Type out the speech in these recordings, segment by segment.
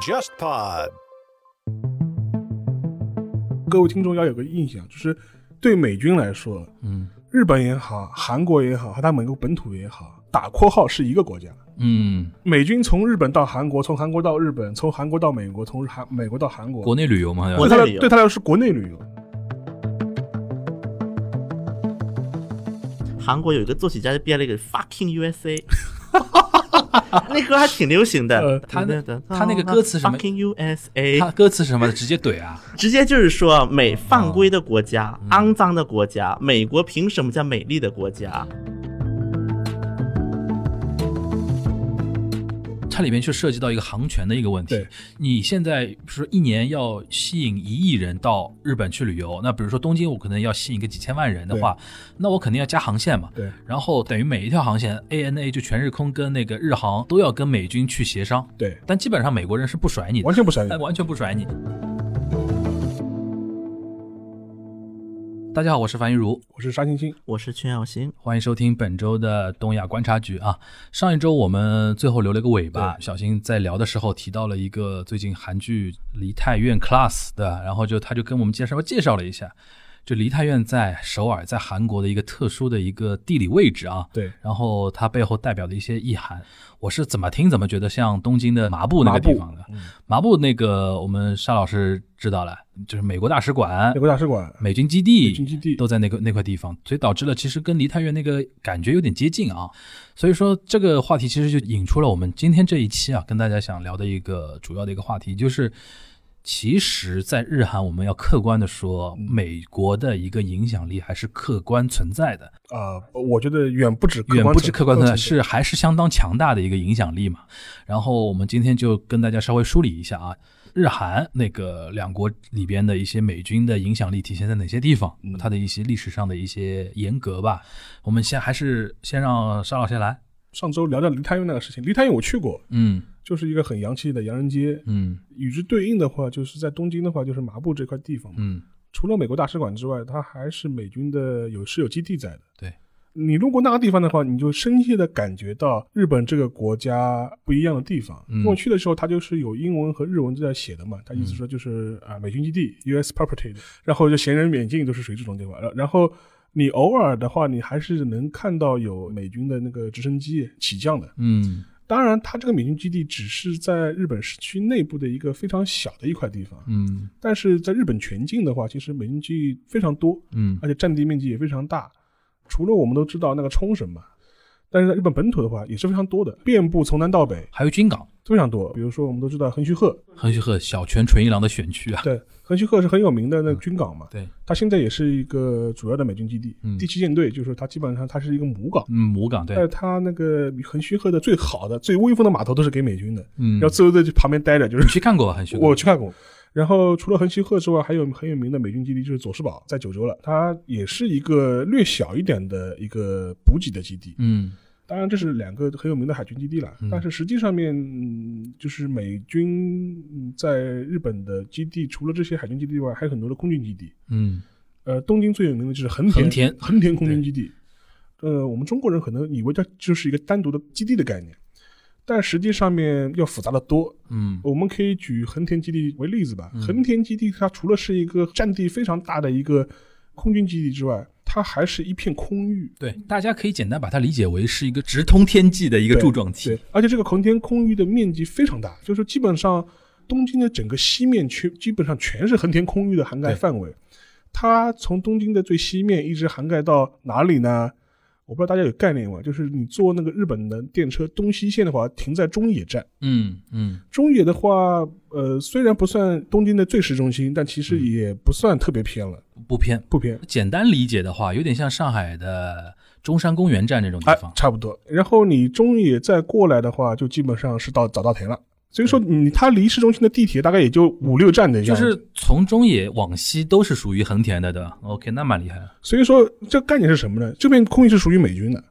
JustPod。各位听众要有个印象，就是对美军来说，嗯日本也好，韩国也好，和他们国本土也好，打括号是一个国家。嗯，美军从日本到韩国，从韩国到日本，从韩国到美国，从韩美国到韩国，国内旅游嘛，对对吧他国来内旅游对他来说是国内旅游。韩国有一个作曲家就编了一个 fucking USA，那歌还挺流行的呃。他那他那个歌词什么 fucking USA，他歌词什么的直接怼啊，直接就是说美犯规的国家、嗯肮脏的国家，美国凭什么叫美丽的国家？它里面却涉及到一个航权的一个问题对。你现在比如说一年要吸引一亿人到日本去旅游，那比如说东京，我可能要吸引个几千万人的话，那我肯定要加航线嘛。对，然后等于每一条航线，ANA 就全日空跟那个日航都要跟美军去协商，对，但基本上美国人是不甩你的完，全不相信哎，。完全不甩你。大家好，我是樊一茹，我是沙欣欣，我是全耀星，欢迎收听本周的东亚观察局啊。上一周我们最后留了个尾巴，小新在聊的时候提到了一个最近韩剧《梨泰院 Class》的，然后就他就跟我们介绍介绍了一下，就梨泰院在首尔，在韩国的一个特殊的一个地理位置啊。对，然后它背后代表的一些意涵，我是怎么听怎么觉得像东京的麻布那个地方的。麻布那个我们沙老师知道了，就是美国大使馆美、国大使馆美军基地、美军基地都在那个那块地方，所以导致了其实跟梨泰院那个感觉有点接近啊。所以说这个话题其实就引出了我们今天这一期啊，跟大家想聊的一个主要的一个话题，就是其实，在日韩我们要客观的说，嗯美国的一个影响力还是客观存在的。啊、我觉得远不止客远观不止客观存在，程度是还是相当强大的一个影响力嘛。然后我们今天就跟大家稍微梳理一下啊，日韩那个两国里边的一些美军的影响力体现在哪些地方，它的一些历史上的一些严格吧。我们先还是先让沙老师先来，上周聊到梨泰院那个事情，梨泰院我去过，嗯就是一个很洋气的洋人街。嗯与之对应的话，就是在东京的话，就是麻布这块地方嘛。嗯，除了美国大使馆之外，它还是美军的有是有基地在的。对，你路过那个地方的话，你就深切的感觉到日本这个国家不一样的地方。嗯因为我去的时候，它就是有英文和日文都在写的嘛，它意思说就是啊、美军基地 U.S. property，然后就闲人免进都是属于这种地方。然然后你偶尔的话，你还是能看到有美军的那个直升机起降的。嗯当然，它这个美军基地只是在日本市区内部的一个非常小的一块地方，嗯但是在日本全境的话，其实美军基地非常多，嗯而且占地面积也非常大。除了我们都知道那个冲绳嘛，但是在日本本土的话也是非常多的，遍布从南到北还有军港，非常多。比如说我们都知道横须贺，横须贺小泉纯一郎的选区啊，对，横须贺是很有名的那个军港嘛，对，它现在也是一个主要的美军基地。嗯第七舰队就是它基本上它是一个母港，嗯，母港但是对，它那个横须贺的最好的、最威风的码头都是给美军的，嗯然后，自卫队就旁边待着，就是你去看过吧？横须贺，我去看过。然后除了横须贺之外，还有很有名的美军基地就是佐世保，在九州了。它也是一个略小一点的一个补给的基地。嗯当然，这是两个很有名的海军基地了。嗯但是实际上面，嗯就是美军嗯在日本的基地，除了这些海军基地以外，还有很多的空军基地。嗯呃，东京最有名的就是横田横田横田空军基地。呃，我们中国人可能以为它就是一个单独的基地的概念，但实际上面要复杂的多。嗯我们可以举横田基地为例子吧。嗯横田基地它除了是一个占地非常大的一个空军基地之外，它还是一片空域。对，大家可以简单把它理解为是一个直通天际的一个对柱状体对。，而且这个横田空域的面积非常大，就是基本上东京的整个西面全基本上全是横田空域的涵盖对范围。它从东京的最西面一直涵盖到哪里呢？我不知道大家有概念吗？就是你坐那个日本的电车东西线的话，停在中野站。嗯嗯中野的话，呃，虽然不算东京的最市中心，但其实也不算特别偏了，，不偏。不偏，简单理解的话，有点像上海的中山公园站这种地哎方，。差不多。然后你中野再过来的话，就基本上是到早稻田了。所以说你，它离市中心的地铁大概也就五六站的样就子。是从中野往西都是属于横田的，对吧？OK，那蛮厉害的。所以说，这概念是什么呢？这片空域是属于美军的，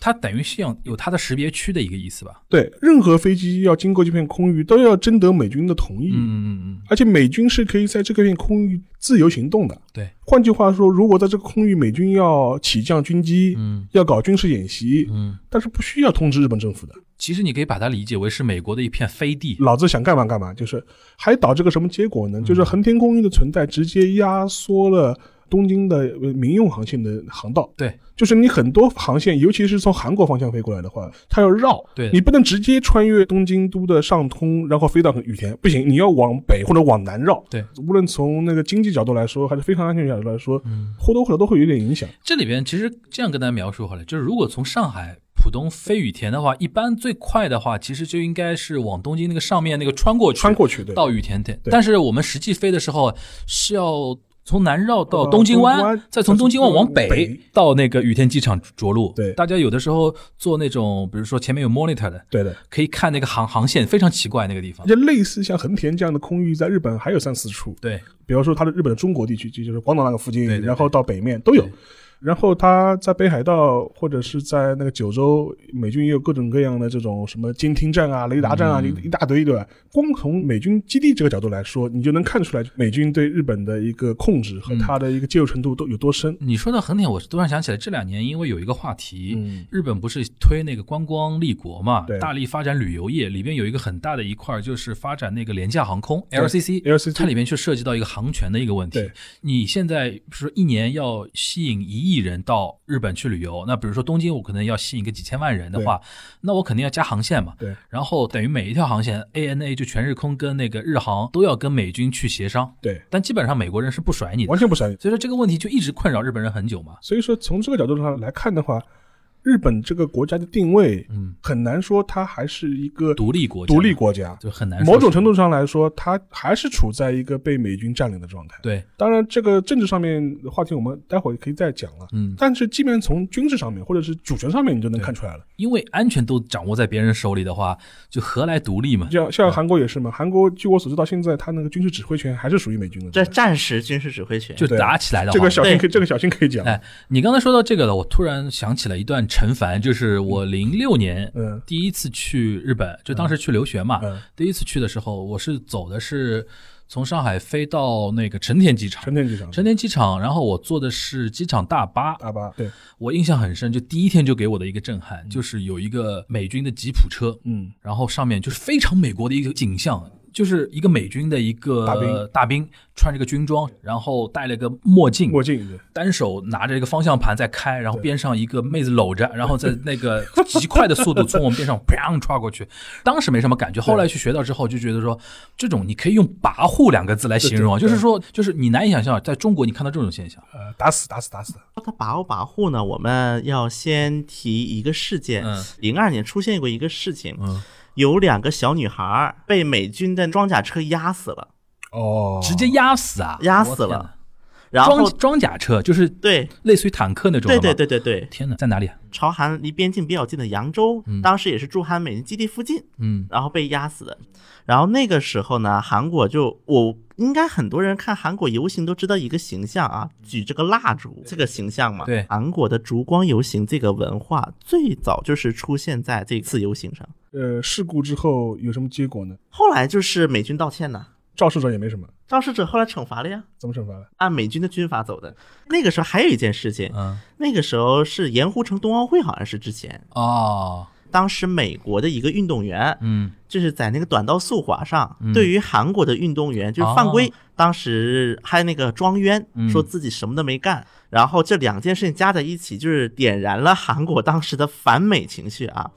它等于是有有它的识别区的一个意思吧？对，任何飞机要经过这片空域，都要征得美军的同意。嗯嗯嗯而且美军是可以在这个片空域自由行动的。对，换句话说，如果在这个空域美军要起降军机，嗯要搞军事演习，嗯。但是不需要通知日本政府的，其实你可以把它理解为是美国的一片飞地。老子想干嘛干嘛。就是还导致个什么结果嗯呢？就是横天空域的存在直接压缩了东京的呃民用航线的航道。对，就是你很多航线，尤其是从韩国方向飞过来的话，它要绕，对的你不能直接穿越东京都的上空，然后飞到羽田，不行，你要往北或者往南绕。对，无论从那个经济角度来说，还是飞常安全角度来说，嗯或多或少都会有点影响。这里边其实这样跟大家描述好了，就是如果从上海浦东飞羽田的话，一般最快的话，其实就应该是往东京那个上面那个穿过去，穿过去对到羽田对。对但是我们实际飞的时候是要。从南绕到东京到呃东京湾湾，再从东京湾再往从北北到那个羽田机场着陆。对大家有的时候坐那种，比如说前面有 monitor 的，对的，可以看那个航航线，非常奇怪那个地方而。且类似像横田这样的空域，在日本还有三四处。对，比方说它的日本的中国地区，就就是广岛那个附近，对对对然后到北面都有对。然后它在北海道或者是在那个九州，美军也有各种各样的这种什么监听站啊、雷达站嗯啊，一一大堆，对吧？光从美军基地这个角度来说，你就能看出来美军对日本的一个控制和嗯它的一个介入程度都有多深。你说到横田，我是突然想起来，这两年因为有一个话题，嗯日本不是推那个观光立国嘛对，大力发展旅游业，里边有一个很大的一块儿就是发展那个廉价航空 LCC。 LCC 它里面去涉及到一个航权的一个问题对。你现在说一年要吸引一亿人到日本去旅游，那比如说东京，我可能要吸引个几千万人的话，那我肯定要加航线嘛。对，然后等于每一条航线，ANA 就全日空跟那个日航都要跟美军去协商，对，但基本上美国人是不甩你的完。全不闪。所以说这个问题就一直困扰日本人很久嘛。所以说，从这个角度上来看的话，日本这个国家的定位，嗯，很难说它还是一个独立国家，独立国家。就很难说是。某种程度上来说，它还是处在一个被美军占领的状态。对，当然，这个政治上面的话题我们待会儿可以再讲了。嗯，但是，即便从军事上面或者是主权上面，你就能看出来了。因为安全都掌握在别人手里的话，就何来独立嘛？像像韩国也是嘛，韩国据我所知，到现在它那个军事指挥权还是属于美军的。这对吧战时军事指挥权，就打起来的话，这个小心可以，对这个小心可以讲。哎，你刚才说到这个了，我突然想起了一段陈凡，就是我零六年嗯第一次去日本，就当时去留学嘛，嗯第一次去的时候，我是走的是从上海飞到那个成田机场成。田机场，成田机场，然后我坐的是机场大巴，大巴，对，我印象很深，就第一天就给我的一个震撼，就是有一个美军的吉普车，嗯，然后上面就是非常美国的一个景象，就是一个美军的一个大兵大兵穿着个军装，然后戴了个墨镜，墨镜对单手拿着一个方向盘在开，然后边上一个妹子搂 着，然后在那个极快的速度从我们边上砰刷过去。当时没什么感觉，后来去学到之后就觉得说，这种你可以用“跋扈”两个字来形容啊，对对就是说，就是你难以想象，在中国你看到这种现象，哦呃，打死打死打死，说它跋扈跋扈呢，我们要先提一个事件嗯。零二、年出现过一个事情，嗯有两个小女孩儿被美军的装甲车压死了，哦，直接压死啊，压死我的天哪了。然后装装甲车就是对类似于坦克那种，对对，对对对，天哪，在哪里啊？朝韩离边境比较近的扬州，当时也是驻韩美军基地附近，嗯然后被压死的。然后那个时候呢，韩国就我应该很多人看韩国游行都知道一个形象啊，举这个蜡烛这个形象嘛。嗯对韩国的烛光游行这个文化最早就是出现在这次游行上，呃，事故之后有什么结果呢？后来就是美军道歉呐，肇事者也没什么，肇事者后来惩罚了呀，怎么惩罚了？按美军的军法走的。那个时候还有一件事情，嗯那个时候是盐湖城冬奥会，好像是之前，哦当时美国的一个运动员，嗯就是在那个短道速滑上，对于韩国的运动员就是犯规，当时还那个庄渊哦嗯说自己什么都没干，然后这两件事情加在一起，就是点燃了韩国当时的反美情绪啊。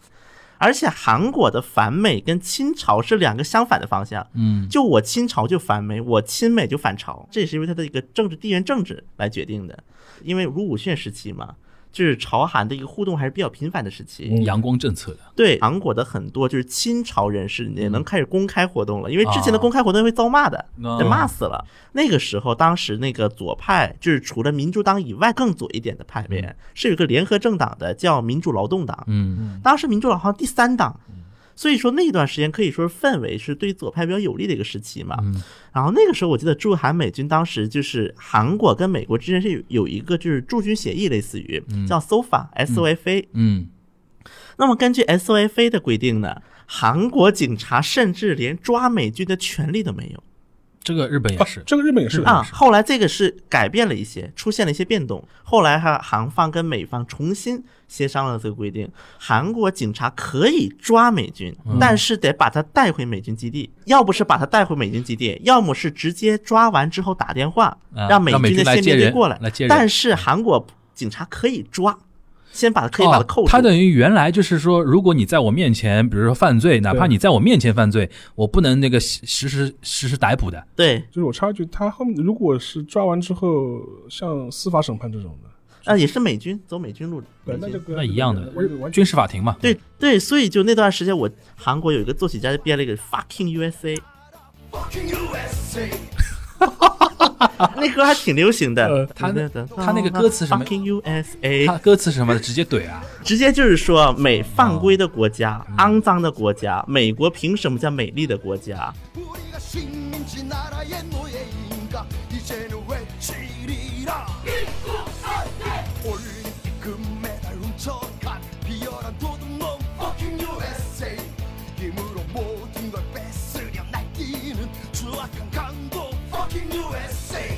而且韩国的反美跟清朝是两个相反的方向，嗯就我亲朝就反美，我亲美就反朝，这也是因为它的一个政治地缘政治来决定的。因为卢武铉时期嘛，就是朝韩的一个互动还是比较频繁的时期。嗯阳光政策的，对韩国的很多就是亲朝人士也能开始公开活动了，因为之前的嗯啊公开活动会遭骂的，哦得骂死了。那个时候，当时那个左派就是除了民主党以外更左一点的派别，是有一个联合政党的，叫民主劳动党。嗯当时民主党好像第三党，所以说那段时间可以说是氛围是对左派比较有利的一个时期嘛。嗯然后那个时候我记得驻韩美军当时就是韩国跟美国之间是有有一个就是驻军协议，类似于叫 SOFA S O F A，、嗯那么根据 S O F A 的规定呢，韩国警察甚至连抓美军的权利都没有这个日本也啊是，，这个日本也是的啊。后来这个是改变了一些，出现了一些变动。后来哈韩方跟美方重新协商了这个规定，韩国警察可以抓美军，嗯但是得把他带回美军基地，要不是把他带回美军基地，要么是直接抓完之后打电话啊让美让美军的军来宪接兵队人过来来接人但是韩国警察可以抓，先把他可以把他扣哦住。他等于原来就是说，如果你在我面前，比如说犯罪，哪怕你在我面前犯罪，我不能那个实施实施逮捕的。对，就是我插一句，他后面如果是抓完之后，像司法审判这种的，啊，也是美军走美军路，对，美那军就跟那一样的完完全军事法庭嘛。对对，所以就那段时间，我韩国有一个作曲家就编了一个 fucking USA，那歌还挺流行呃的。他那他那个歌词什么 fucking 他 USA，歌词什么的直接怼啊，直接就是说美犯规的国家、嗯肮脏的国家，美国凭什么叫美丽的国家？ 우리가 식민지 나라의 노예인가 이제는 외치리라 올림픽 금메달 훔쳐간 비열한 도둑놈 Fucking USA 힘으로 모든 걸 뺏으려 날뛰는 추악한 강도 Fucking USA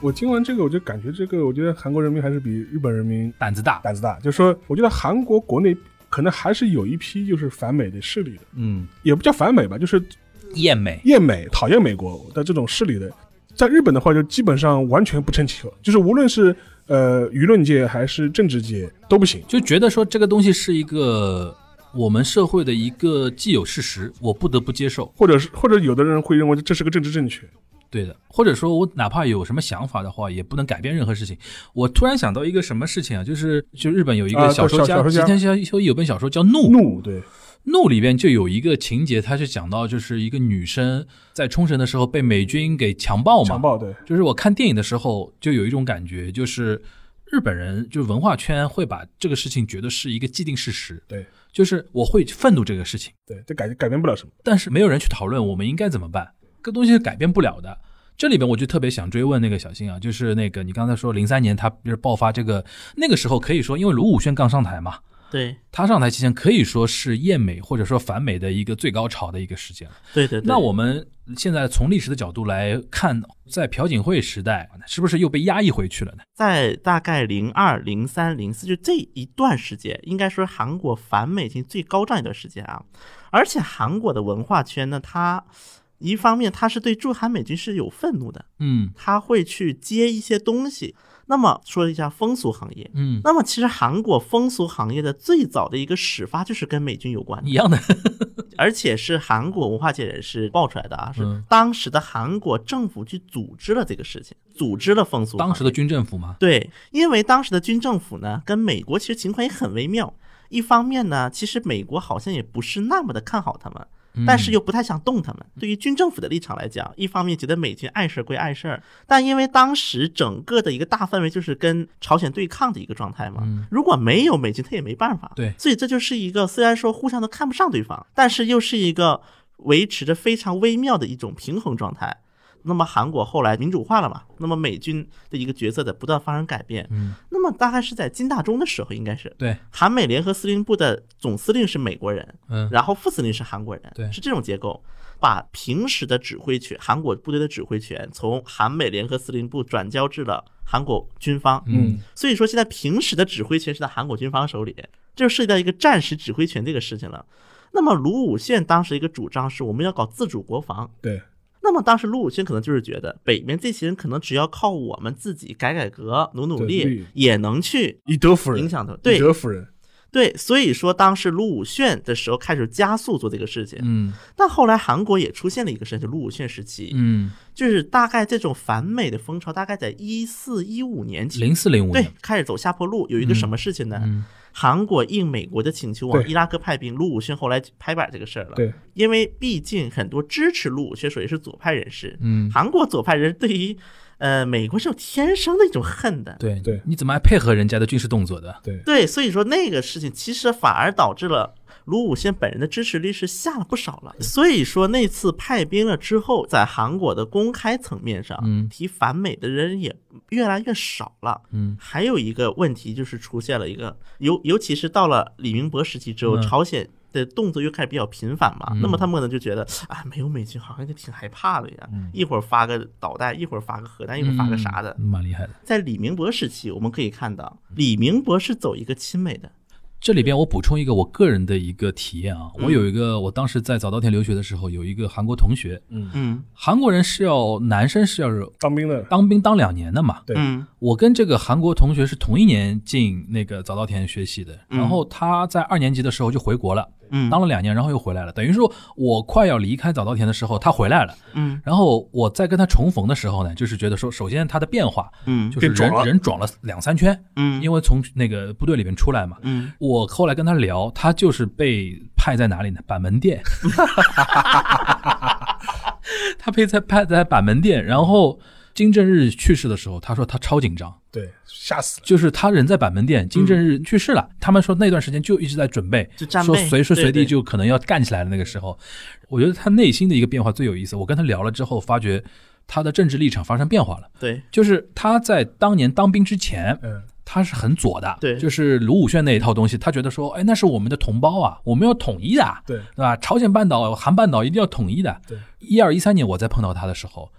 我听完这个，我就感觉这个，我觉得韩国人民还是比日本人民胆子大。胆子大。就是说，我觉得韩国国内可能还是有一批就是反美的势力的，嗯，也不叫反美吧，就是艳美。厌美、讨厌美国的这种势力的，在日本的话就基本上完全不成气候，就是无论是呃舆论界还是政治界都不行。就觉得说这个东西是一个我们社会的一个既有事实，我不得不接受。或者是，或者有的人会认为这是个政治正确，对的，或者说我哪怕有什么想法的话，也不能改变任何事情。我突然想到一个什么事情啊，就是就日本有一啊个对小说小家小说吉家田修修一有本小说叫《怒》，怒对，怒里边就有一个情节，它是讲到就是一个女生在冲绳的时候被美军给强暴嘛，强暴对，就是我看电影的时候，就有一种感觉，就是日本人就是文化圈会把这个事情觉得是一个既定事实，对，就是我会愤怒这个事情，对，这改改变不了什么。但是没有人去讨论我们应该怎么办，这东西是改变不了的。这里边我就特别想追问那个小新啊，就是那个你刚才说零三年他不是爆发这个，那个时候可以说因为卢武铉刚上台嘛，对他上台期间可以说是厌美或者说反美的一个最高潮的一个时间了。对对对。那我们现在从历史的角度来看，在朴槿惠时代是不是又被压抑回去了呢？在大概零二、零三、零四就这一段时间，应该说韩国反美情最高涨一段时间啊。而且韩国的文化圈呢，它一方面它是对驻韩美军是有愤怒的，嗯它会去接一些东西。那么说一下风俗行业，嗯，那么其实韩国风俗行业的最早的一个始发就是跟美军有关的一，样的。而且是韩国文化界人士爆出来的啊，是嗯当时的韩国政府去组织了这个事情，组织了风俗行业。当时的军政府嘛，对，因为当时的军政府呢，跟美国其实情况也很微妙。一方面呢，其实美国好像也不是那么的看好他们，嗯但是又不太想动他们。对于军政府的立场来讲，一方面觉得美军碍事儿归碍事儿，但因为当时整个的一个大氛围就是跟朝鲜对抗的一个状态嘛，如果没有美军，他也没办法。嗯对所以这就是一个虽然说互相都看不上对方，但是又是一个维持着非常微妙的一种平衡状态。那么韩国后来民主化了嘛？那么美军的一个角色在不断发生改变。嗯，那么大概是在金大中的时候，应该是对，韩美联合司令部的总司令是美国人，嗯然后副司令是韩国人，对是这种结构。把平时的指挥权，韩国部队的指挥权从韩美联合司令部转交至了韩国军方。嗯，所以说现在平时的指挥权是在韩国军方手里，这就涉及到一个战时指挥权这个事情了。那么卢武铉当时一个主张是我们要搞自主国防，对，那么当时卢武铉可能就是觉得北面这些人可能只要靠我们自己改改革、努努对力力，也能去以德服人，影响他们。以对德服人，对，所以说当时卢武铉的时候开始加速做这个事情。嗯但后来韩国也出现了一个事情，就卢武铉时期，嗯，就是大概这种反美的风潮，大概在一四一五年前零四零五对年，，开始走下坡路。有一个什么事情呢？嗯韩国应美国的请求往对伊拉克派兵，卢武铉后来拍板这个事儿了。对，因为毕竟很多支持卢武铉属于是左派人士，嗯，韩国左派人对于呃美国是有天生的一种恨的。对对啊你怎么还配合人家的军事动作的？对对，所以说那个事情其实反而导致了。卢武铉本人的支持率是下了不少了。所以说那次派兵了之后，在韩国的公开层面上，嗯提反美的人也越来越少了。嗯，还有一个问题就是出现了一个，尤尤其是到了李明博时期之后，嗯朝鲜。的动作又开始比较频繁嘛，嗯那么他们可能就觉得啊，没有美军好像就挺害怕的呀，一会儿发个导弹，一会儿发个核弹，一会儿发个啥的。嗯蛮厉害的。在李明博时期，我们可以看到，李明博是走一个亲美的，这里边我补充一个我个人的一个体验啊，嗯我有一个我当时在早稻田留学的时候，有一个韩国同学，嗯韩国人是要男生是要当兵的，当兵当两年的嘛。对嗯我跟这个韩国同学是同一年进那个早稻田学习的，嗯然后他在二年级的时候就回国了，嗯，当了两年，然后又回来了。等于说我快要离开早稻田的时候，他回来了。嗯然后我在跟他重逢的时候呢，就是觉得说，首先他的变化嗯就是变壮人了人壮了两三圈，嗯，因为为从那个部队里面出来嘛。嗯我后来跟他聊，他就是被派在哪里呢？板门店， 他被在派在板门店。然后金正日去世的时候，他说他超紧张，对，吓死了。就是他人在板门店，金正日去世了，他们说那段时间就一直在准备嗯就战，备说随时随对地对就可能要干起来的那个时候，我觉得他内心的一个变化最有意思。我跟他聊了之后，发觉他的政治立场发生变化了，对就是他在当年当兵之前，嗯，他是很左的，对就是卢武铉那一套东西，他觉得说，哎，那是我们的同胞啊，我们要统一的啊，对对吧？朝鲜半岛、韩半岛一定要统一的。对，一二一三年我在碰到他的时候，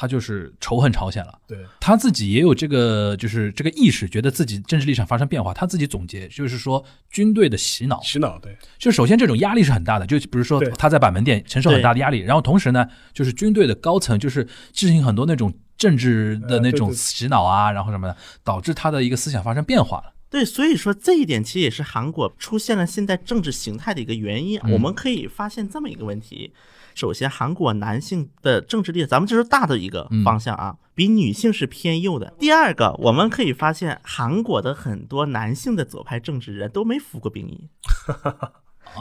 他就是仇恨朝鲜了。对，他自己也有这个，就是这个意识，觉得自己政治立场发生变化。他自己总结就是说，军队的洗脑，洗脑，对，就首先这种压力是很大的，就比如说对他在板门店承受很大的压力，然后同时呢，就是军队的高层就是进行很多那种政治呃的那对种对洗脑啊，然后什么的，导致他的一个思想发生变化了。对，所以说这一点其实也是韩国出现了现在政治形态的一个原因。嗯我们可以发现这么一个问题：首先，韩国男性的政治力，咱们这是大的嗯一个方向啊，比女性是偏右的。第二个，我们可以发现韩国的很多男性的左派政治人都没服过 兵役。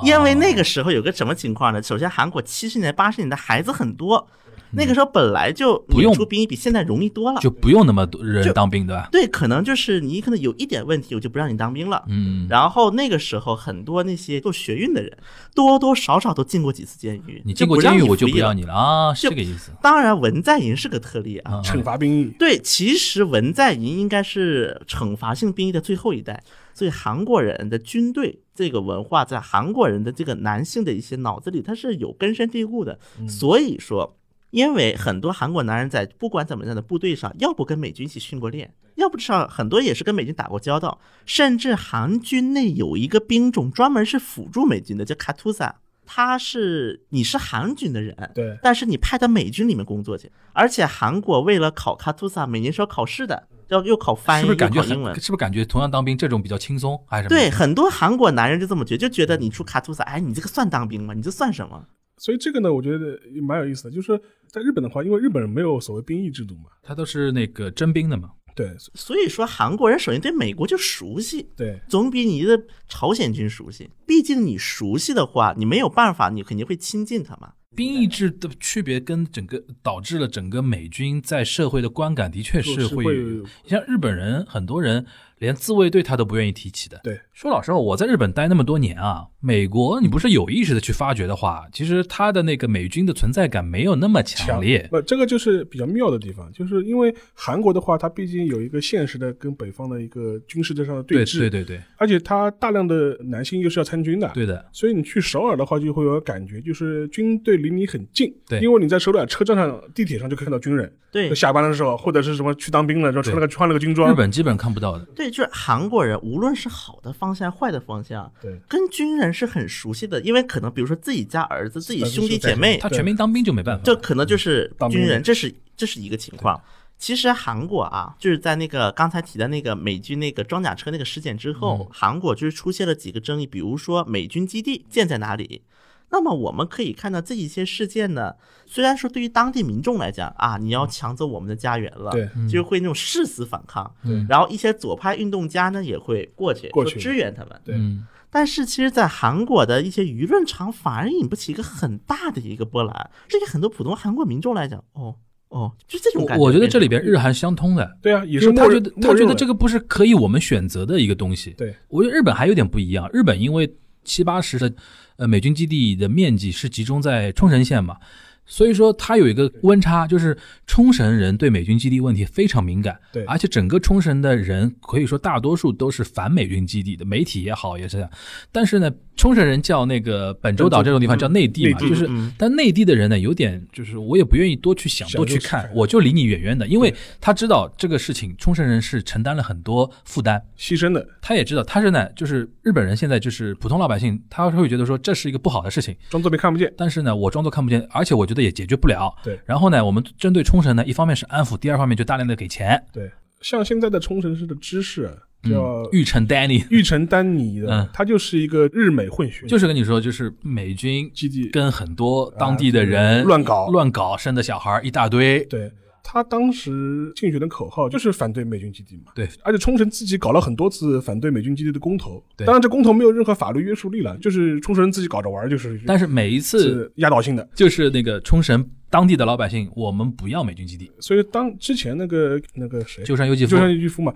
因为哦那个时候有个什么情况呢？首先，韩国七十年代、八十年代孩子很多，那个时候本来就嗯不用免除兵役比现在容易多了。就不用那么多人啊就当兵，对吧？对，可能就是你可能有一点问题，我就不让你当兵了。嗯，然后那个时候，很多那些做学运的人，多多少少都进过几次监狱。你进过监狱我就不要你你服役了啊，是就这个意思了。。当然，文在寅是个特例啊。啊惩罚兵役，对，其实文在寅应该是惩罚性兵役的最后一代，所以韩国人的军队这个文化在韩国人的这个男性的一些脑子里，它是有根深蒂固的。所以说，因为很多韩国男人在不管怎么样的部队上，要不跟美军一起训过练，要不至少很多也是跟美军打过交道，甚至韩军内有一个兵种专门是辅助美军的，叫卡图萨。他是你是韩军的人，对但是你派到美军里面工作去，而且韩国为了考卡图萨，每年是要考试的，要又考翻是译，不是感觉又考英文很？。是不是感觉同样当兵这种比较轻松还是什么？对，，很多韩国男人就这么觉得，就觉得你出卡图萨，哎，你这个算当兵吗？你这算什么？所以这个呢，我觉得也蛮有意思的，就是在日本的话，因为日本人没有所谓兵役制度嘛，他都是那个征兵的嘛。对所以说，韩国人首先对美国就熟悉，对总比你的朝鲜军熟悉。毕竟你熟悉的话，你没有办法，你肯定会亲近他嘛。兵役制的区别跟整个导致了整个美军在社会的观感的确是是会会有，你像日本人很多人连自卫队他都不愿意提起的。对，说老实话，我在日本待那么多年啊，美国你不是有意识的去发掘的话，其实他的那个美军的存在感没有那么强烈。那这个就是比较妙的地方，就是因为韩国的话，它毕竟有一个现实的跟北方的一个军事上的对峙，对对对而且它大量的男性又是要参军的，对的，所以你去首尔的话，就会有感觉，就是军队离你很近。对因为你在首尔车站上、地铁上就可以看到军人。对就下班的时候，或者是什么去当兵了，然后穿了个穿了个军装。日本基本看不到的。对，就是韩国人，无论是好的方向、坏的方向，对跟军人是很熟悉的，因为可能比如说自己家儿子、自己兄弟姐妹他，全民当兵就没办法。这可能就是嗯当兵军人，这是这是一个情况。其实韩国啊，就是在那个刚才提的那个美军那个装甲车那个事件之嗯后，韩国就是出现了几个争议，比如说美军基地建在哪里。那么我们可以看到这一些事件呢，虽然说对于当地民众来讲啊，你要抢走我们的家园了，对，就会那种誓死反抗。嗯然后一些左派运动家呢也会过去过说去支援他们。嗯，但是其实，在韩国的一些舆论场反而引不起一个很大的一个波澜。这对很多普通韩国民众来讲，哦哦，就这种感我我觉得这里边边日韩相通的。对啊，也就是是他默觉认得他觉得这个个不是可以我们选择的一个东西。对，我觉得日本还有点不一样，日本因为七八十的呃美军基地的面积是集中在冲绳县嘛，所以说它有一个温差，就是冲绳人对美军基地问题非常敏感，对而且整个冲绳的人可以说大多数都是反美军基地的，媒体也好也是这样，但是呢，冲绳人叫那个本州岛这种地方叫内地嘛，内地就是嗯但内地的人呢，有点就是我也不愿意多去想想多去多去看看，我就离你远远的，因为他知道这个事情，冲绳人是承担了很多负担，牺牲的，他也知道，他是呢，就是日本人现在就是普通老百姓，他会觉得说这是一个不好的事情，装作没看不见。但是呢，我装作看不见，而且我觉得也解决不了。对然后呢，我们针对冲绳呢，一方面是安抚，第二方面就大量的给钱，对，像现在的冲绳市的知识啊嗯叫，玉成 Danny 玉城丹尼嗯的，它就是一个日美混血，就是是跟你说，就是美军基地跟很多当地的人乱搞乱搞生的小孩儿一大堆，对。他当时竞选的口号就是反对美军基地嘛，对而且冲绳自己搞了很多次反对美军基地的公投，对嗯当然这公投没有任何法律约束力了，就是冲绳人自己搞着玩儿，就是但是每一次是压倒性的。就是那个冲绳当地的老百姓，我们不要美军基地，所以当之前那个那个谁，鸠山由纪夫鸠。山由纪夫嘛，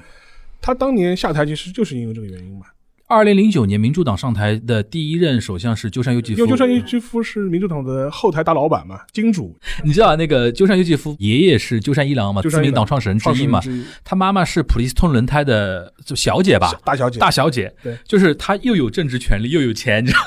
他当年下台其实就是因为这个原因嘛，二零零九年民主党上台的第一任首相是鸠山由纪因夫为。鸠山由纪夫是民主党的后台大老板嘛，金主，你知道那个鸠山由纪夫爷爷是鸠山一郎嘛，鸠自山一郎民党创始人之一嘛创始人之一，他妈妈是普利斯通轮胎的就小姐吧，大小姐，大小姐对，就是她又有政治权利又有钱，你知道吗？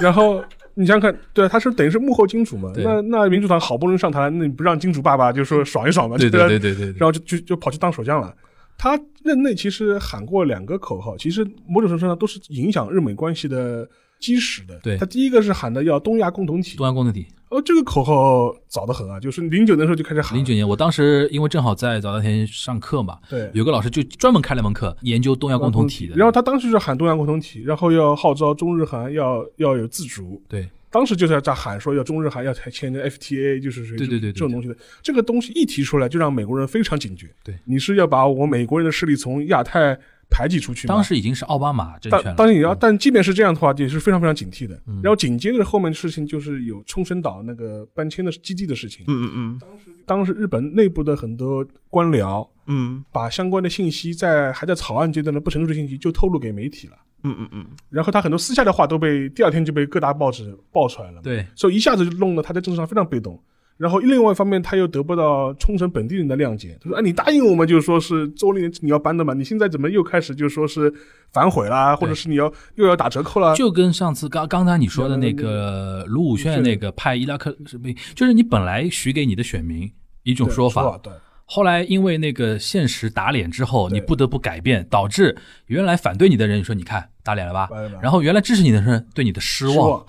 然后你想想看，对，他是等于是幕后金主嘛。对那那民主党好不容易上台，那你不让金主爸爸就说爽一爽嘛？对吧对对对对对然后就就就跑去当首相了。他任内其实喊过两个口号，其实某种程度上都是影响日美关系的基石的。对他第一个是喊的要东亚共同体，东安公的地，哦，这个口号早得很啊，就是零九年的时候就开始喊。零九年我当时因为正好在早稻田上课嘛，对有个老师就专门开了门课研究东亚共同体的，然后他当时是喊东亚共同体，然后要号召中日韩要要有自主，对当时就是在喊说要中日韩要签个 FTA，就是说对对对对这种东西的。这个东西一提出来，就让美国人非常警觉。对你是要把我美国人的势力从亚太排挤出去吗？当时已经是奥巴马政权但了，嗯当然也要，但即便是这样的话，也是非常非常警惕的。然后紧接着后面的事情就是有冲绳岛那个搬迁的基地的事情。嗯嗯当时日本内部的很多官僚嗯把相关的信息在还在草案阶段的不成熟的信息就透露给媒体了，嗯嗯嗯嗯，然后他很多私下的话都被第二天就被各大报纸爆出来了嘛。对所以一下子就弄得他在政治上非常被动。然后另外一方面，他又得不到冲绳本地人的谅解，他说：“哎，你答应我们就是说是周年你要搬的嘛，你现在怎么又开始就是说是反悔啦，或者是你要又要打折扣啦？”就跟上次刚刚才你说的那个卢武铉那个派伊拉克是不，就是你本来许给你的选民一种对说法，对后来因为那个现实打脸之后，对你不得不改变，导致原来反对你的人说你看打脸了吧打脸了，然后原来支持你的人对你的失失望望。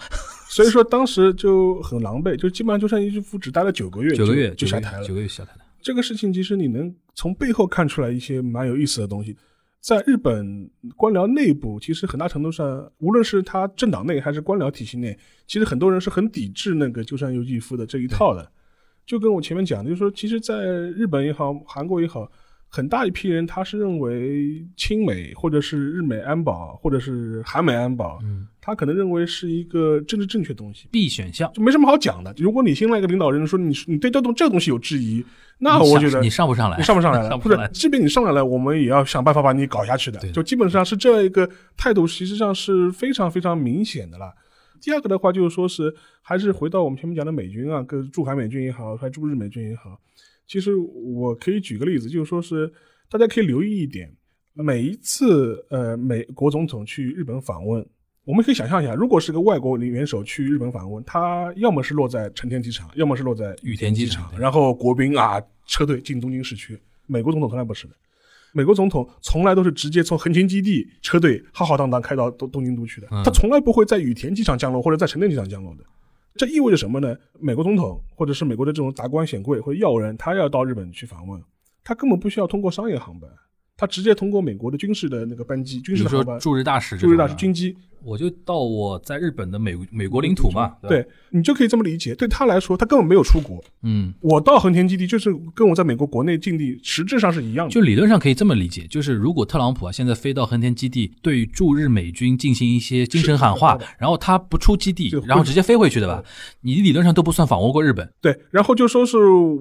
所以说当时就很狼狈，就基本上就像一只夫只待了九个月，九个月就就下台了九。个月下台了，这个事情其实你能从背后看出来一些蛮有意思的东西。在日本官僚内部，其实很大程度上，无论是他政党内还是官僚体系内，其实很多人是很抵制那个鸠山由纪夫的这一套的。就跟我前面讲的，就是说，其实，在日本也好，韩国也好，很大一批人他是认为亲美或者是日美安保或者是韩美安保，他可能认为是一个政治正确的东西， ，B 选项。就没什么好讲的。如果你新来一个领导人说你你对这东这个东西有质疑，那啊我觉得你上不上来？你上不上来了？ 上不不是上来，？即便你上来了，我们也要想办法把你搞下去的对。的就基本上是这样一个态度，实际上是非常非常明显的啦。第二个的话，就是说是还是回到我们前面讲的美军啊，跟驻韩美军也好，还驻日美军也好，其实我可以举个例子，就是说是大家可以留意一点，每一次呃美国总统去日本访问。我们可以想象一下，如果是个外国元首去日本访问，他要么是落在成田机场，要么是落在羽田机场场，然后国宾啊车队进东京市区。美国总统从来不是的，美国总统从来都是直接从横琴基地车队浩浩荡荡开到东东京都去的，嗯他从来不会在羽田机场降落或者在成田机场降落的。这意味着什么呢？美国总统或者是美国的这种达官显贵或者要人，他要到日本去访问，他根本不需要通过商业航班，他直接通过美国的军事的那个班机、军比事如的航说班、驻日大使这驻种的，日大使军机，我就到我在日本的美美国领土嘛，吧，对你就可以这么理解。对他来说，他根本没有出国，嗯，我到横田基地就是跟我在美国国内境地实质上是一样的。就理论上可以这么理解，就是如果特朗普啊现在飞到横田基地，对驻日美军进行一些精神 喊话是是，然后他不出基地就，会然后直接飞回去的吧？你理论上都不算访问过日本，对，然后就说是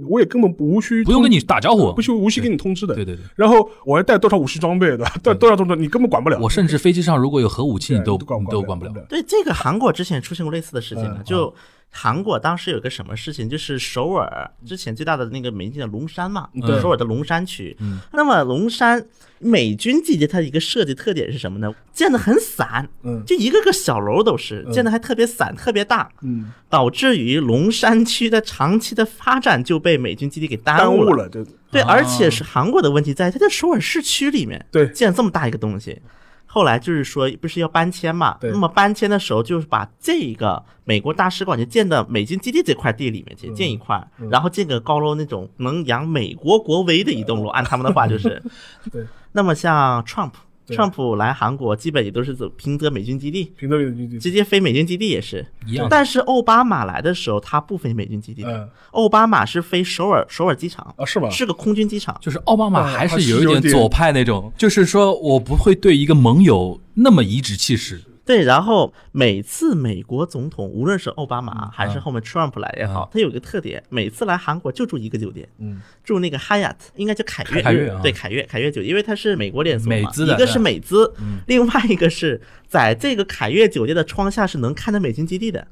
我也根本不无需不通用跟你打招呼不。需无需跟你通知的。对对对，然后我要带多少武器装备，对吧？带多少装备，你根本管不了。我甚至飞机上如果有核武器，你对都都管都管管不了了。对这个韩国之前也出现过类似的事情嗯的，就韩国当时有一个什么事情，就是首尔之前最大的那个美军的龙山嘛，对首尔的龙山区。嗯那么龙山美军季节它的一个设计特点是什么呢？建的很散，嗯就一个个小楼都是嗯建的还特别散，特别大，嗯，导致于龙山区的长期的发展就被美军基地给耽耽误误了，对对，啊而且是韩国的问题在于它在首尔市区里面，对建这么大一个东西。后来就是说，不是要搬迁嘛？对那么搬迁的时候，就是把这个美国大使馆就建到美军基地这块地里面嗯去建一块儿，然后建个高楼那种能养美国国威的一栋楼，按他们的话就是。 对。那么像 Trump。对 Trump 来韩国，基本也都是走平泽美军基地，平等的经济，直接飞美军基地也是。一样的。但是奥巴马来的时候，他不飞美军基地，嗯奥巴马是飞首尔首尔机场，哦啊是吗？是个空军机场。就是奥巴马啊还还是是有一有点点左派那种，就是说我不会对一个盟友那么颐指气使。对，然后每次美国总统，无论是奥巴马还是后面 Trump 来也好嗯，他有一个特点，每次来韩国就住一个酒店，嗯，住那个 Hyatt，应该叫凯悦，凯悦啊对凯悦凯悦酒店，因为它是美国连锁嘛美资的嗯一个是美资，另外一个是在这个凯悦酒店的窗下是能看到美军基地的。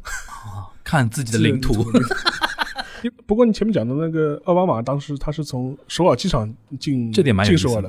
看自己的领土， 不过你前面讲的那个奥巴马，当时他是从首尔机场进这点蛮有进意思首尔的，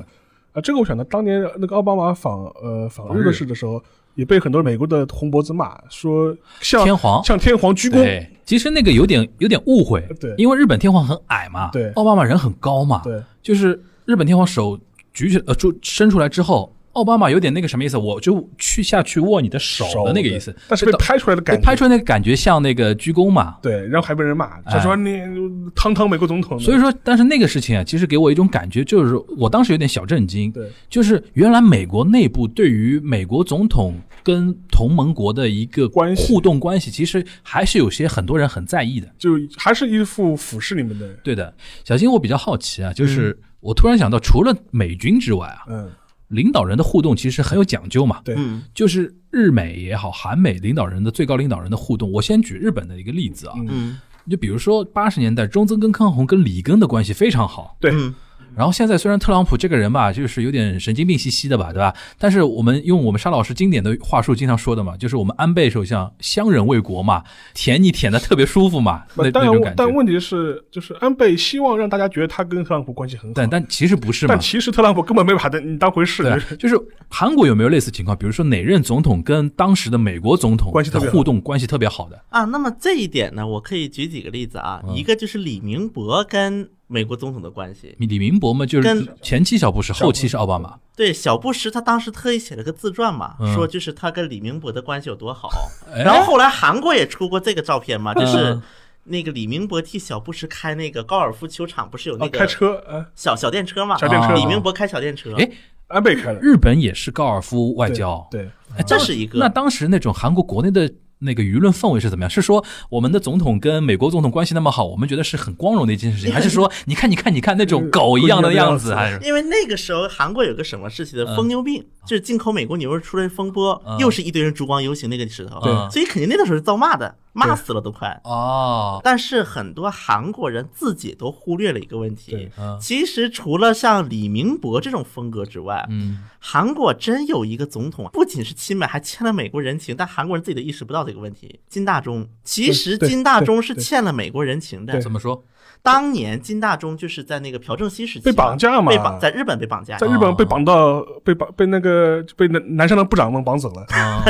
啊，这个我想到当年那个奥巴马访呃访访日的日事的时候，也被很多美国的红脖子骂，说向天皇向天皇鞠躬，对，其实那个有点有点误会，对因为日本天皇很矮嘛，对奥巴马人很高嘛，对，就是日本天皇手举起呃，就伸出来之后，奥巴马有点那个什么意思？我就去下去握你的手手的那个意思对，但是被就导拍出来的感被觉，拍出来那个感觉像那个鞠躬嘛。对，然后还被人骂，他说你堂堂美国总统，哎所以说，但是那个事情啊，其实给我一种感觉，就是我当时有点小震惊，对就是原来美国内部对于美国总统跟同盟国的一个关系互动关系，其实还是有些很多人很在意的。就还是一副俯视你们的，对的，小新，我比较好奇啊，就是我突然想到，除了美军之外啊，嗯，领导人的互动其实很有讲究嘛。对，嗯，就是日美也好，韩美领导人的最高领导人的互动，我先举日本的一个例子啊，嗯就比如说八十年代中曾跟康弘跟里根的关系非常好，对嗯然后现在虽然特朗普这个人吧，就是有点神经病兮兮的吧，对吧？但是我们用我们沙老师经典的话术经常说的嘛，就是我们安倍首相相忍为国嘛，舔你舔的特别舒 服嘛，那但那种感觉但。问题是，就是安倍希望让大家觉得他跟特朗普关系很好，但但其实不是嘛但，其实特朗普根本没把他你当回事，对，就是韩国有没有类似情况？比如说哪任总统跟当时的美国总统关系特的别好互动关系特别好的？啊，那么这一点呢，我可以举几个例子啊，一个就是李明博跟美国总统的关系，李明博嘛，就是跟前期小布什，后期是奥巴马。对，小布什他当时特意写了个自传嘛，嗯说就是他跟李明博的关系有多好。哎 然后后来韩国也出过这个照片嘛，就是嗯那个李明博替小布什开那个高尔夫球场，不是有啊，那开个车，啊，小小电车嘛？小电车李明博开小电车，哎安倍开了，日本也是高尔夫外对交，对，哎这是一个那当时那种韩国国内的那个舆论氛围是怎么样？是说我们的总统跟美国总统关系那么好，我们觉得是很光荣的一件事情，还是说你看你看你看那种狗一样的样子？嗯还是 因为那个时候韩国有个什么事情的疯牛病，就是进口美国牛肉出了风波，嗯又是一堆人烛光游行那个时候，对所以肯定那个时候是遭骂的，骂死了都快。哦，但是很多韩国人自己都忽略了一个问对题，嗯其实除了像李明博这种风格之外，嗯，韩国真有一个总统，啊不仅是亲美，还欠了美国人情，但韩国人自己都意识不到这个问题。金大中，其实对对金大中是对对欠了美国人情的对怎。么说？当年金大中就是在那个朴正熙时期被绑架嘛被绑在日本被绑架啊在。日哦本被绑到被绑被那个被南南山的部长们绑走了，啊，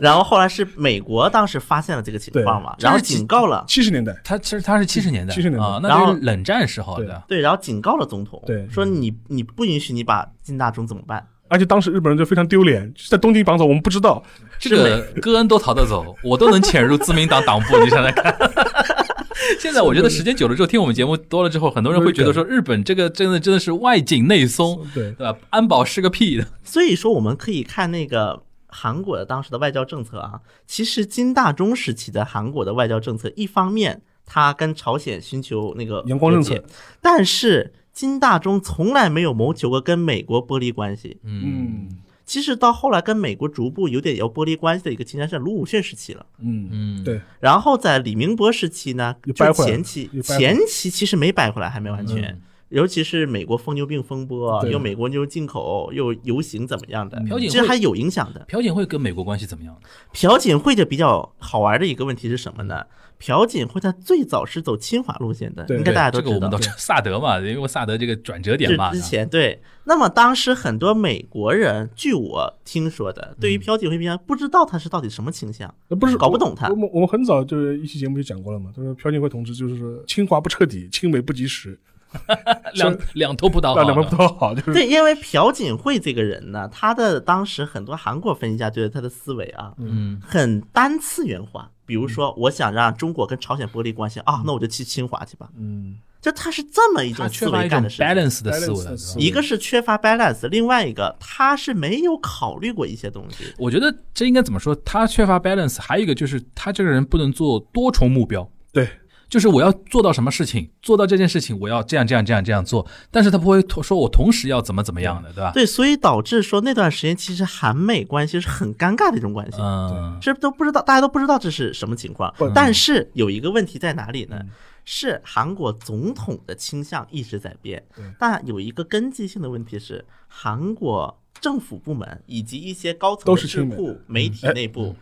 然后后来是美国当时发现了这个情况嘛，对然后就是警告了，七十年代，他其实他是七十年代， 70年代啊，然那后就是冷战时候的，对，然后警告了总统，对嗯说你你不允许你把金大中怎么办？而且当时日本人就非常丢脸，在东京绑走，我们不知道，这个戈恩都逃得走，我都能潜入自民党党部，你想想看。 现在我觉得时间久了之后，听我们节目多了之后，很多人会觉得说日本这个真的真的是外紧内松，对对吧？安保是个屁的，所以说我们可以看那个韩国的当时的外交政策啊，其实金大中时期的韩国的外交政策，一方面他跟朝鲜寻求那个阳光政策和解，但是金大中从来没有谋求过跟美国剥离关系。嗯嗯其实到后来跟美国逐步有点要剥离关系的一个倾向是卢武铉时期了。嗯，嗯，对，然后在李明博时期呢又，掰就回来了前期又掰回来前期其实没摆回来，还没完全。尤其是美国疯牛病风波，对又美国牛进口，又游行怎么样的，朴槿惠其实还有影响的。朴槿惠跟美国关系怎么样？朴槿惠就比较好玩的一个问题是什么呢？朴槿惠她最早是走亲华路线的，对应该大家都这个知我道们。都知道萨德嘛，因为萨德这个转折点嘛，就之前对，那么当时很多美国人，据我听说嗯的，对于朴槿惠偏不知道她是到底什么倾向，那不是搞不懂他我们我们很早就是一期节目就讲过了嘛，就是朴槿惠同志就是说清华不彻底，清美不及时，两两头不倒那两边好不。讨好，嗯就是对，因为朴槿惠这个人呢，她的当时很多韩国分析家觉得她的思维啊，嗯，很单次元化。比如说，我想让中国跟朝鲜剥离关系嗯啊，那我就去侵华去吧。嗯，就他是这么一他种缺思乏维一干种的事情。 balance 的思 balance 的思维维。一个是缺乏 balance，另外一个他是没有考虑过一些东西。我觉得这应该怎么说？他缺乏 balance，还有一个就是他这个人不能做多重目标。对，就是我要做到什么事情，做到这件事情，我要这样这样这样这样做，但是他不会同说我同时要怎么怎么样的，对吧？对，所以导致说那段时间其实韩美关系是很尴尬的一种关系。嗯，这都不知道，大家都不知道这是什么情况不。嗯但是有一个问题在哪里呢？是韩国总统的倾向一直在变对，但有一个根基性的问题是，韩国政府部门以及一些高层都的是智亲美库、媒体哎内部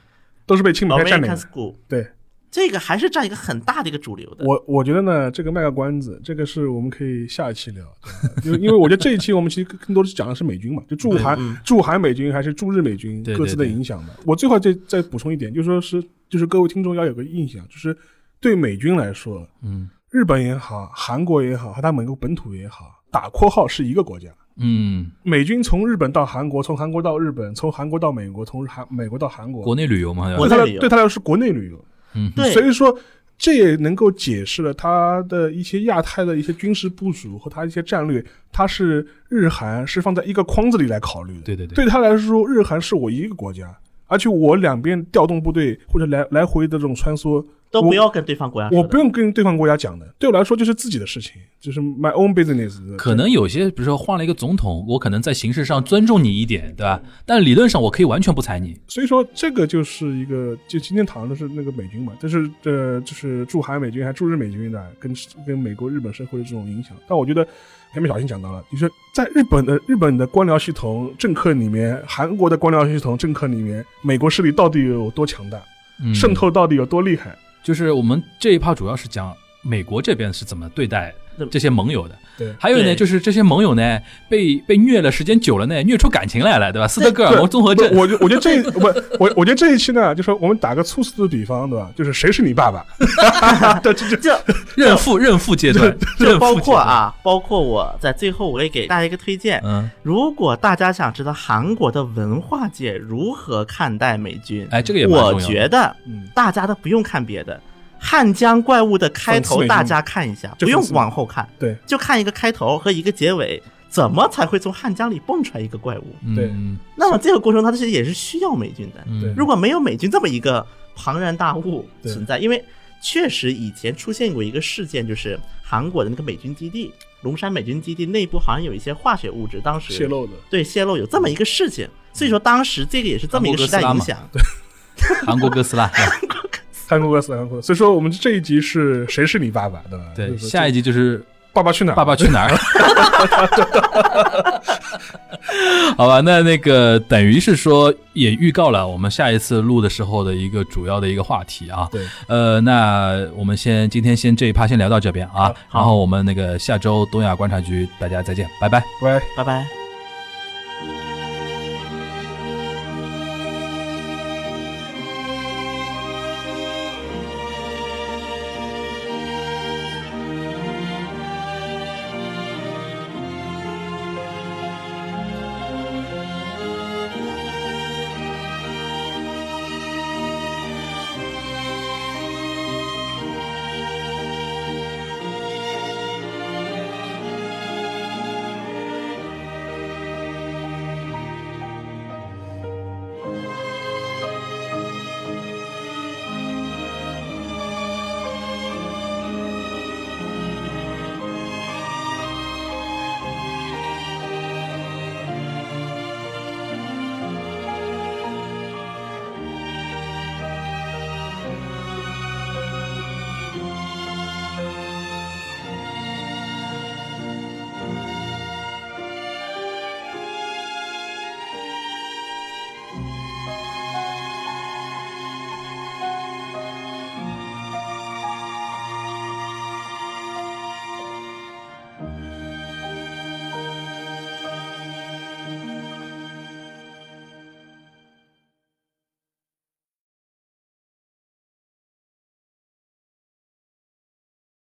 都是被清美派占领，American 的。 School，对这个还是占一个很大的一个主流的。我，我觉得呢，这个卖个关子，这个是我们可以下一期聊， 对吧因为因为我觉得这一期我们其实更多的是讲的是美军嘛，就驻韩驻韩美军还是驻日美军对对各自的对影响嘛。我最后再再补充一点，就是说是就是各位听众要有个印象，就是对美军来说，嗯日本也好，韩国也好，和他美国本土也好，打括号是一个国家。嗯，美军从日本到韩国，从韩国到日本，从韩国到美国，从韩美国到韩国，国内旅游嘛，对吧对国内他来旅游对他来说是国内旅游，嗯哼，对所以说这也能够解释了他的一些亚太的一些军事部署和他一些战略，他是日韩是放在一个框子里来考虑的。对对对对他来说，日韩是我一个国家，而且我两边调动部队或者来来回的这种穿梭，都我不要跟对方国啊家说我的不用跟对方国家讲的，对我来说就是自己的事情，就是 my own business。可能有些，比如说换了一个总统，我可能在形式上尊重你一点，对吧？但理论上我可以完全不踩你。所以说这个就是一个，就今天讨论的是那个美军嘛，就是呃，就是驻韩美军还驻日美军的，跟跟美国、日本社会的这种影响。但我觉得前面小新讲到了，就是在日本的日本的官僚系统、政客里面，韩国的官僚系统、政客里面，美国势力到底有多强大，嗯渗透到底有多厉害？就是我们这一趴主要是讲美国这边是怎么对待这些盟友的。对还有呢，对就是这些盟友呢，被被虐了时间久了呢，虐出感情来了，对吧？斯德哥尔摩综合症不，我就我觉得这不，我我觉得这一期呢，就说我们打个粗俗的比方，对吧？就是谁是你爸爸？ 对，这这这认父认父阶段，这认包父阶括段，啊，包括我在最后我也给大家一个推荐，嗯，如果大家想知道韩国的文化界如何看待美军，哎，这个也蛮重要我的觉得嗯大家都不用看别的，汉江怪物》的开粉丝美头军大家看一下，就不用粉丝往后看，对，就看一个开头和一个结尾，怎么才会从汉江里蹦出来一个怪物？对嗯那么这个过程它其实也是需要美军的，嗯对如果没有美军这么一个庞然大物对存在，因为确实以前出现过一个事件，就是韩国的那个美军基地龙山美军基地内部好像有一些化学物质，当时泄露的。对泄露有这么一个事情，所以说当时这个也是这么一个时代影响。韩国哥斯拉，韩国哥斯拉，韩国哥斯拉。所以说，我们这一集是谁是你爸爸， 对吧？对，下一集就是爸爸去哪儿？爸爸去哪儿？ 好吧，那那个等于是说也预告了我们下一次录的时候的一个主要的一个话题啊。对，呃，那我们先今天先这一趴先聊到这边啊，然后我们那个下周东亚观察局大家再见，拜拜。喂。拜拜。